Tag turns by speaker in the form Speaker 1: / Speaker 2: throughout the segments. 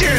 Speaker 1: your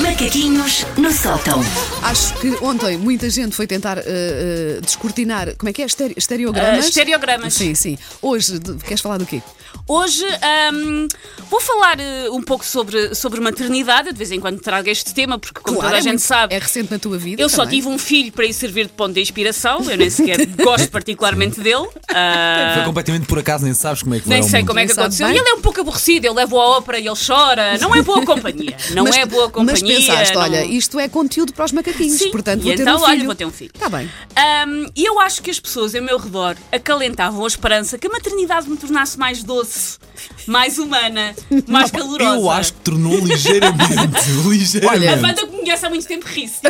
Speaker 2: Macaquinhos no sótão.
Speaker 3: Acho que ontem muita gente foi tentar eh, eh, descortinar. Como é que é? Estere-
Speaker 4: Ah,
Speaker 3: Estereogramas?
Speaker 4: estereogramas.
Speaker 3: Sim, sim. Hoje, de- queres falar do quê?
Speaker 4: Hoje ahm, vou falar eh, um pouco sobre, sobre maternidade. Eu De vez em quando trago este tema, porque, como toda a
Speaker 3: é
Speaker 4: gente
Speaker 3: muito-
Speaker 4: sabe,
Speaker 3: É recente na tua vida.
Speaker 4: eu só
Speaker 3: também.
Speaker 4: tive um filho para ir servir de ponto de inspiração. Eu nem sequer gosto particularmente dele. Ah,
Speaker 5: Foi completamente por acaso, nem sabes como é que
Speaker 4: nem
Speaker 5: vai ao
Speaker 4: sei
Speaker 5: mundo.
Speaker 4: como é que
Speaker 3: Quem sabe
Speaker 4: aconteceu.
Speaker 3: bem.
Speaker 4: E ele é um pouco aborrecido. Eu levo à ópera e ele chora. Não é boa companhia. Não
Speaker 3: mas,
Speaker 4: é boa companhia.
Speaker 3: Mas pensaste,
Speaker 4: não-
Speaker 3: olha, isto é conteúdo para os macaquinhos,
Speaker 4: Sim,
Speaker 3: portanto
Speaker 4: e
Speaker 3: vou ter
Speaker 4: então,
Speaker 3: um filho.
Speaker 4: olha, vou ter um filho.
Speaker 3: Está bem.
Speaker 4: Ahm, E eu acho que as pessoas ao meu redor acalentavam a esperança que a maternidade me tornasse mais doce, mais humana, mais calorosa.
Speaker 5: Eu acho que tornou ligeiramente.
Speaker 4: A
Speaker 3: é.
Speaker 5: ligeiramente.
Speaker 4: banda que me conhece há muito tempo ri-se.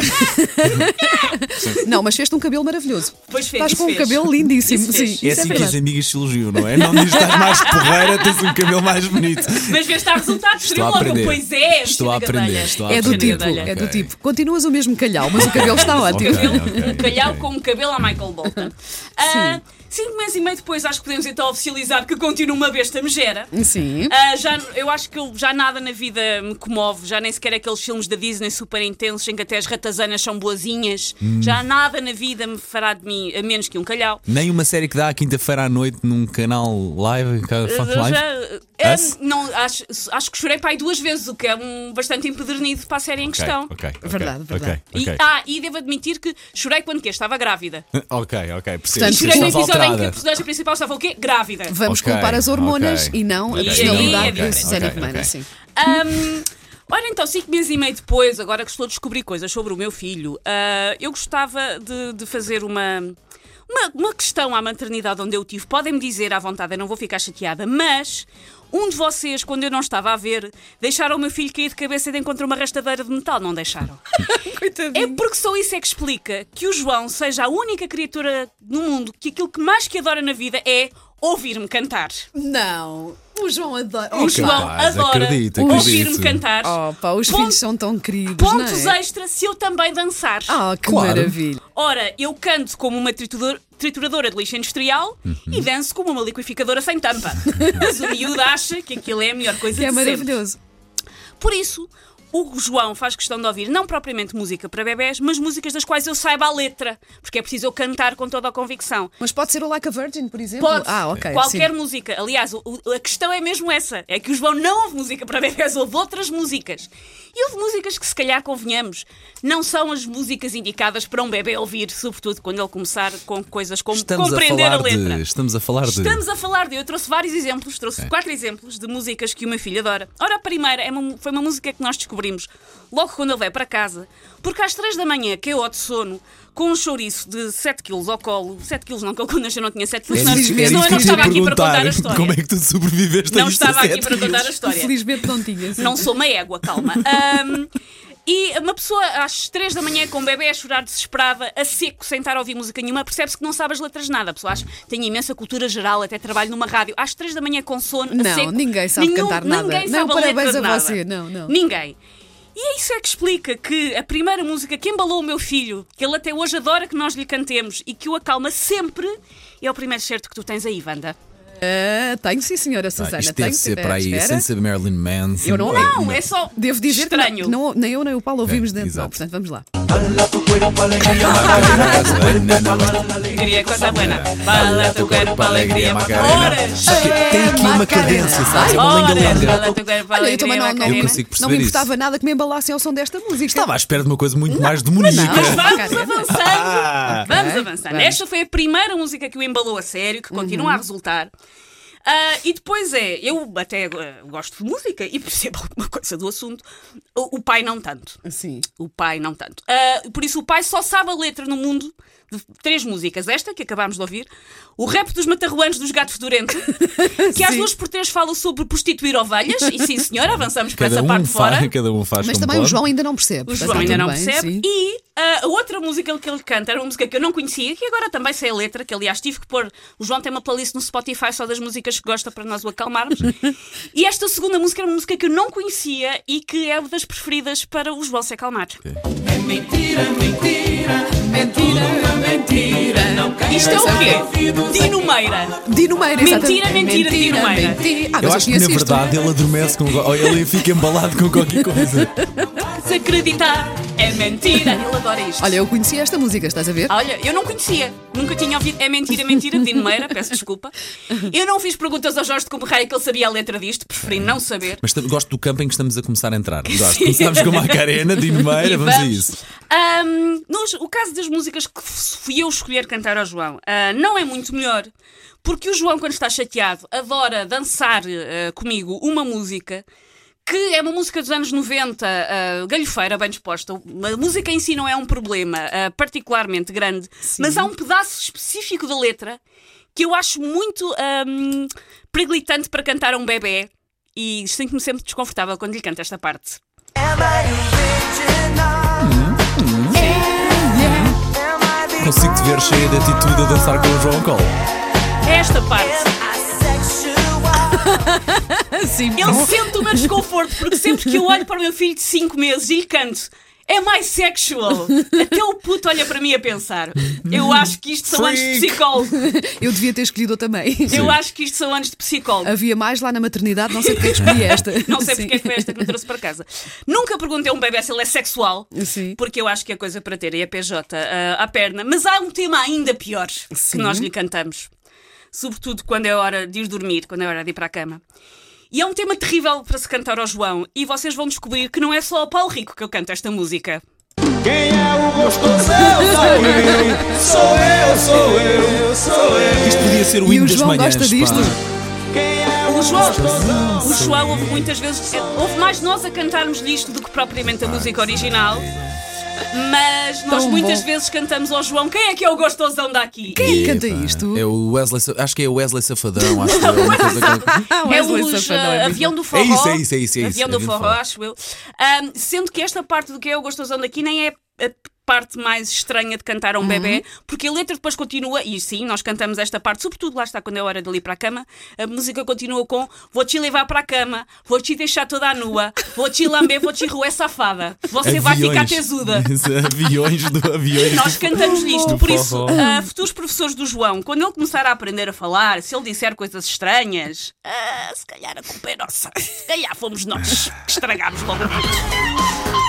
Speaker 3: Não, mas fez-te um cabelo maravilhoso.
Speaker 4: Pois fez,
Speaker 3: Estás
Speaker 4: isso
Speaker 3: com um
Speaker 4: fez.
Speaker 3: cabelo lindíssimo.
Speaker 4: Isso
Speaker 3: sim,
Speaker 4: fez.
Speaker 3: isso
Speaker 5: é assim que as
Speaker 3: verdade.
Speaker 5: amigas se elogiam, não é? Não diz que estás mais porreira, tens um cabelo mais bonito.
Speaker 4: Mas vês está resultados,
Speaker 5: Estou
Speaker 4: seria
Speaker 5: a
Speaker 4: logo,
Speaker 5: aprender.
Speaker 4: pois é,
Speaker 5: Estou a
Speaker 4: mexer na
Speaker 5: aprender,
Speaker 4: grelha.
Speaker 5: estou a
Speaker 3: É
Speaker 4: Mexer
Speaker 3: do
Speaker 4: na
Speaker 3: tipo,
Speaker 5: aprender.
Speaker 4: grelha.
Speaker 3: é do
Speaker 5: Ok.
Speaker 3: tipo. Continuas o mesmo calhau, mas o cabelo está ótimo.
Speaker 5: Ok.
Speaker 4: Um calhau
Speaker 5: ok.
Speaker 4: com um cabelo à Michael Bolton. Ah, cinco meses e meio depois, acho que podemos então oficializar que continuo uma besta megera.
Speaker 3: Sim.
Speaker 4: Ah, já, eu acho que eu- já nada na vida me comove, já nem sequer aqueles filmes da Disney super intensos em que até as ratazanas são boazinhas.
Speaker 5: Hum.
Speaker 4: Já nada na vida me fará de mim a menos que um calhau.
Speaker 5: Nem uma série que dá à quinta-feira à noite num canal live. que é Fuck
Speaker 4: Eu
Speaker 5: Live.
Speaker 4: Ah, já- eh,
Speaker 5: Us?
Speaker 4: não, acho, acho que chorei para aí duas vezes, o que é um bastante empedernido para a série em
Speaker 5: Ok,
Speaker 4: questão.
Speaker 5: ok, ok,
Speaker 3: Verdade,
Speaker 5: ok,
Speaker 3: verdade.
Speaker 4: E,
Speaker 5: ok.
Speaker 4: ah, e devo admitir que chorei quando que estava grávida.
Speaker 5: Ok, ok,
Speaker 3: Portanto,
Speaker 5: percebo.
Speaker 4: Chorei no
Speaker 5: Estás
Speaker 4: episódio em que a
Speaker 5: alterada.
Speaker 4: personagem principal estava o quê? Grávida.
Speaker 3: Vamos
Speaker 5: Ok,
Speaker 3: culpar as hormonas
Speaker 5: ok.
Speaker 3: e não a
Speaker 5: Ok,
Speaker 3: personalidade
Speaker 4: ok,
Speaker 3: de Susana
Speaker 5: ok,
Speaker 3: Romana.
Speaker 5: ok.
Speaker 3: Sim.
Speaker 4: Ahm, ora então, cinco meses e meio depois, agora que estou a descobrir coisas sobre o meu filho, ah, eu gostava de, de fazer uma, uma, uma questão à maternidade onde eu tive. Podem-me dizer à vontade, eu não vou ficar chateada, mas um de vocês, quando eu não estava a ver, deixaram o meu filho cair de cabeça de encontro uma rastadeira de metal, não deixaram? É porque só isso é que explica que o João seja a única criatura no mundo que aquilo que mais que adora na vida é ouvir-me cantar.
Speaker 3: Não, o João adora.
Speaker 4: O
Speaker 5: Ok.
Speaker 4: João
Speaker 5: Capaz,
Speaker 4: adora
Speaker 5: acredito,
Speaker 4: ouvir-me
Speaker 5: acredito.
Speaker 4: cantar.
Speaker 3: Oh, pá, os
Speaker 4: Ponto-
Speaker 3: filhos são tão queridos.
Speaker 4: Pontos
Speaker 3: não é?
Speaker 4: extra se eu também dançar.
Speaker 3: Ah, que
Speaker 5: Claro.
Speaker 3: maravilha.
Speaker 4: Ora, eu canto como uma tritudor- trituradora de lixo industrial
Speaker 5: Uhum.
Speaker 4: e danço como uma liquidificadora sem tampa. Mas o miúdo acha que aquilo é a melhor coisa
Speaker 3: Que é
Speaker 4: de sempre.
Speaker 3: maravilhoso.
Speaker 4: Por isso, o João faz questão de ouvir não propriamente música para bebés, mas músicas das quais eu saiba a letra, porque é preciso eu cantar com toda a convicção.
Speaker 3: Mas pode ser o Like a Virgin, por exemplo?
Speaker 4: Pode,
Speaker 3: Ah, ok.
Speaker 4: qualquer
Speaker 3: sim.
Speaker 4: música. Aliás, o- o- a questão é mesmo essa: é que o João não ouve música para bebés, ouve outras músicas. E houve músicas que, se calhar, convenhamos, não são as músicas indicadas para um bebê ouvir, sobretudo quando ele começar com coisas como
Speaker 5: Estamos a
Speaker 4: compreender a,
Speaker 5: falar
Speaker 4: letra.
Speaker 5: de. Estamos a falar de.
Speaker 4: Estamos a falar de. Eu trouxe vários exemplos,
Speaker 5: É.
Speaker 4: trouxe quatro exemplos de músicas que o meu filho adora. Ora, a primeira é uma- foi uma música que nós descobrimos logo quando ele veio para casa, porque às três da manhã caiu ao de sono com um chouriço de 7 quilos ao colo. 7 quilos não, que ele quando nasceu não tinha 7 quilos,
Speaker 5: Era É isso-
Speaker 4: senão-
Speaker 5: era
Speaker 4: senão
Speaker 5: isso
Speaker 4: eu não
Speaker 5: que eu
Speaker 4: estava
Speaker 5: ia
Speaker 4: aqui para contar a
Speaker 5: perguntar.
Speaker 4: história.
Speaker 5: Como é que tu sobreviveste a
Speaker 4: Não
Speaker 5: isto a
Speaker 4: estava aqui
Speaker 5: sete
Speaker 4: para contar a
Speaker 5: quilos?
Speaker 4: história.
Speaker 3: Felizmente não tinha. sim.
Speaker 4: Não sou uma égua, calma. Ahm, e uma pessoa às três da manhã com o bebê a chorar desesperada, a seco, sem estar a ouvir música nenhuma, percebe-se que não sabe as letras de nada. A pessoa acha tem imensa cultura geral, até trabalho numa rádio. Às três da manhã com sono, a
Speaker 3: Não,
Speaker 4: seco,
Speaker 3: ninguém sabe
Speaker 4: nenhum-
Speaker 3: cantar nada.
Speaker 4: Ninguém
Speaker 3: Não,
Speaker 4: sabe a letra
Speaker 3: parabéns
Speaker 4: de
Speaker 3: a
Speaker 4: nada.
Speaker 3: você, não, não.
Speaker 4: Ninguém. E é isso é que explica que a primeira música que embalou o meu filho, que ele até hoje adora que nós lhe cantemos e que o acalma sempre, é o primeiro certo que tu tens aí, Wanda.
Speaker 3: Ah, tenho, sim, senhora
Speaker 5: Ah,
Speaker 3: Susana.
Speaker 5: Isto
Speaker 3: tenho,
Speaker 5: deve ser
Speaker 3: espera,
Speaker 5: para aí,
Speaker 3: espera.
Speaker 5: sem ser Marilyn Manson.
Speaker 3: Eu não-
Speaker 4: Não, é só
Speaker 3: Devo dizer
Speaker 4: estranho.
Speaker 3: que não, não- nem eu nem o Paulo ouvimos
Speaker 5: É,
Speaker 3: dentro.
Speaker 5: exato.
Speaker 3: Não, portanto, vamos lá.
Speaker 4: Alegria, coisa buena. Bala tu cuerpo, alegria,
Speaker 5: Macarena.
Speaker 4: Horas!
Speaker 5: Tem aqui uma cadência, sabe? É uma
Speaker 4: Horas!
Speaker 5: lenga-lenga.
Speaker 4: Bala tu cuerpo,
Speaker 3: Olha, eu
Speaker 4: alegria,
Speaker 3: também não, não,
Speaker 4: Macarena.
Speaker 5: Eu consigo
Speaker 3: não
Speaker 5: perceber
Speaker 3: me
Speaker 5: isso.
Speaker 3: importava nada que me embalassem ao som desta música.
Speaker 5: Estava à espera de uma coisa muito mais demoníaca.
Speaker 4: Mas
Speaker 3: Não,
Speaker 4: vamos
Speaker 3: Macarena.
Speaker 4: avançando! Vamos
Speaker 3: Ok,
Speaker 4: avançando.
Speaker 3: vamos. Uhum.
Speaker 4: Esta foi a primeira música que o embalou a sério, que continua a resultar. Ah, e depois é, eu até ah, gosto de música e percebo alguma coisa do assunto, o, o pai não tanto.
Speaker 3: Sim.
Speaker 4: O pai não tanto. Ah, por isso o pai só sabe a letra no mundo de três músicas. Esta, que acabámos de ouvir, o rap dos matarruanos dos gatos fedorento, que às
Speaker 3: Sim.
Speaker 4: duas por três fala sobre prostituir ovelhas, e sim senhora, avançamos para
Speaker 5: Cada
Speaker 4: essa
Speaker 5: um,
Speaker 4: parte fora.
Speaker 5: faz, cada um faz
Speaker 3: Mas
Speaker 5: como
Speaker 3: também o
Speaker 5: pode.
Speaker 3: João é ainda não percebe.
Speaker 4: O
Speaker 3: portanto,
Speaker 4: João ainda
Speaker 3: tudo
Speaker 4: não
Speaker 3: bem,
Speaker 4: percebe.
Speaker 3: sim.
Speaker 4: E ah, a outra música que ele canta era uma música que eu não conhecia, que agora também sei a letra, que aliás tive que pôr. O João tem uma playlist no Spotify só das músicas que gosta para nós o acalmarmos. e esta segunda música era uma música que eu não conhecia e que é uma das preferidas para o João se acalmar.
Speaker 6: Mentira, mentira, mentira, mentira, não caias
Speaker 4: Isto é
Speaker 6: em
Speaker 4: o quê?
Speaker 6: ouvidos
Speaker 4: Dino Meira.
Speaker 3: Dino Meira,
Speaker 4: Mentira,
Speaker 3: exatamente.
Speaker 4: mentira, Dino Meira.
Speaker 3: mentira. Ah, mas
Speaker 5: Eu acho que na
Speaker 3: conheço isto.
Speaker 5: verdade ele adormece com. co- ou Ele fica embalado com qualquer coisa.
Speaker 4: Desacreditar é mentira. Ele adora isto.
Speaker 3: Olha, eu conheci esta música, estás a ver?
Speaker 4: Olha, eu não conhecia, nunca tinha ouvido. É mentira, mentira, de Dino Meira, peço desculpa. Eu não fiz perguntas ao Jorge de Comorreia que ele sabia a letra disto, preferi não saber.
Speaker 5: Mas tam- gosto do campo em que estamos a começar a entrar. Gosto. Começámos com Macarena, Dino Meira, vamos a isso.
Speaker 4: Ahm, nos- hum, o caso das músicas que fui eu escolher cantar ao João ah, não é muito melhor, porque o João, quando está chateado, adora dançar ah, comigo uma música. Que é uma música dos anos 90, ah, galhofeira, bem disposta. A música em si não é um problema ah, particularmente grande, mas há um pedaço específico da letra que eu acho muito ahm, perglitante para cantar a um bebê e sinto-me sempre desconfortável quando lhe canto esta parte.
Speaker 5: Consigo-te ver cheia de atitude a dançar com o João Cole.
Speaker 4: É Esta parte. Ah,
Speaker 3: Sim.
Speaker 4: Ele sente o meu desconforto, porque sempre que eu olho para o meu filho de 5 meses e lhe canto. É mais sexual. Até o puto olha para mim a pensar. Eu acho que isto são anos de
Speaker 5: Freak.
Speaker 4: psicólogo.
Speaker 3: Eu devia ter escolhido outra também.
Speaker 4: Eu acho que isto são anos de psicólogo.
Speaker 3: Havia mais lá na maternidade, não sei porque é que escolhi esta.
Speaker 4: Não sei
Speaker 3: Sim.
Speaker 4: porque é que foi esta que me trouxe para casa. Nunca perguntei a um bebê se ele é sexual,
Speaker 3: Sim.
Speaker 4: porque eu acho que é coisa para ter é a PJ ah, à perna. Mas há um tema ainda pior que nós lhe cantamos, sobretudo quando é hora de ir dormir, quando é hora de ir para a cama. E é um tema terrível para se cantar ao João, e vocês vão descobrir que não é só ao Paulo Rico que eu canto esta música.
Speaker 7: Quem é o gostoso? Eu sou eu, sou eu, sou eu, sou eu.
Speaker 5: Isto podia ser o
Speaker 3: E
Speaker 5: hino
Speaker 3: o
Speaker 5: das
Speaker 3: João
Speaker 5: manhãs.
Speaker 3: gosta disto?
Speaker 5: pá.
Speaker 7: Quem é
Speaker 4: O
Speaker 7: o
Speaker 4: João,
Speaker 7: gostoso?
Speaker 4: o João houve muitas vezes. Houve mais nós a cantarmos isto do que propriamente a música original. Mas nós
Speaker 3: Tão
Speaker 4: muitas
Speaker 3: bom.
Speaker 4: vezes cantamos ao João. Quem é que é o gostosão daqui?
Speaker 3: Quem canta
Speaker 5: Epá,
Speaker 3: isto?
Speaker 5: É o Wesley, Sa- acho que é o Wesley Safadão, acho que é uma coisa que-
Speaker 3: Ah,
Speaker 4: É
Speaker 3: Wesley
Speaker 4: um dos
Speaker 3: Safadão, é
Speaker 4: ah,
Speaker 3: mesmo.
Speaker 4: avião do forró.
Speaker 5: É isso, é isso, é isso, é isso.
Speaker 4: Avião do
Speaker 5: Avião do
Speaker 4: forró,
Speaker 5: forró.
Speaker 4: acho eu. Ahm, sendo que esta parte do que é o gostosão daqui nem é a parte mais estranha de cantar a um bebê, porque a letra depois continua, e sim, nós cantamos esta parte, sobretudo lá está quando é hora de ir para a cama, a música continua com vou-te levar para a cama, vou-te deixar toda a nua, vou-te lamber, vou-te roer safada, você vai ficar
Speaker 5: Aviões.
Speaker 4: tesuda.
Speaker 5: aviões do aviões.
Speaker 4: Nós
Speaker 5: do-
Speaker 4: cantamos nisto, por isso,
Speaker 5: forró.
Speaker 4: ah, futuros professores do João, quando ele começar a aprender a falar, se ele disser coisas estranhas, ah, se calhar a culpa é nossa. Se calhar fomos nós que estragámos logo tudo.